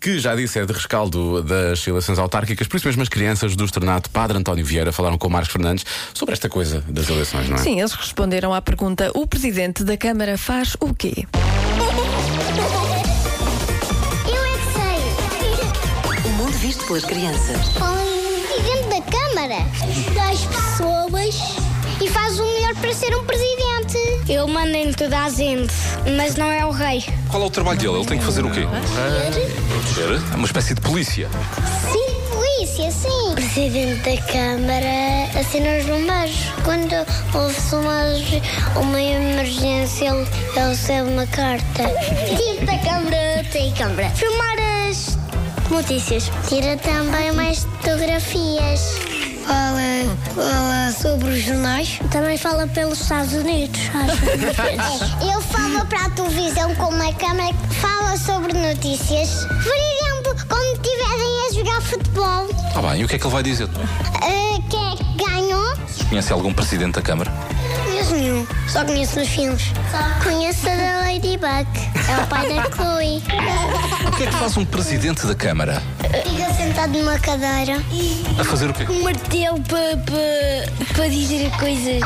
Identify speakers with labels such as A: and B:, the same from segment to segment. A: que já disse é de rescaldo das eleições autárquicas, por isso mesmo as crianças do externato Padre António Vieira falaram com o Marcos Fernandes sobre esta coisa das eleições, não é?
B: Sim, eles responderam à pergunta: o presidente da Câmara faz o quê?
C: Eu é que sei.
D: O mundo visto pelas crianças.
C: Presidente da Câmara. Ajuda as pessoas e faz o melhor para ser um presidente. Eu mando em toda a gente, mas não é o rei.
E: Qual é o trabalho dele? Ele tem que fazer o quê? Proteger? É uma espécie de polícia.
C: Sim, polícia, sim. Presidente da Câmara assina os bombeiros. Quando houve uma, uma emergência, ele, ele recebe uma carta. Presidente da Câmara tem Câmara. Filmar as notícias. Tira também mais fotografias. Fala, fala sobre os jornais. Também fala pelos Estados Unidos.
E: Tá
C: Eu falo para a televisão com uma câmera que fala sobre notícias. Por exemplo, quando estiverem a jogar futebol,
E: Ah, bem, e o que é que ele vai dizer?
C: eh, quem é que ganhou?
E: Conhece algum presidente da Câmara?
C: Conheço nenhum. Só conheço nos filmes. Conheço a da Ladybug. É o pai da Chloe.
E: O que é que faz um presidente da Câmara?
C: Fica sentado numa cadeira.
E: A fazer o quê?
C: Um martelo para dizer coisas.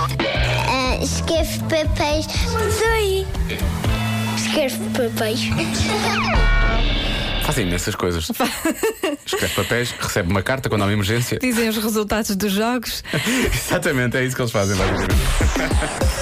C: escreve eh, papéis. Sei. Escreve papéis.
A: Fazem imensas coisas. Escreve papéis, recebe uma carta quando há uma emergência.
B: Dizem os resultados dos jogos.
A: Exatamente, é isso que eles fazem, basicamente.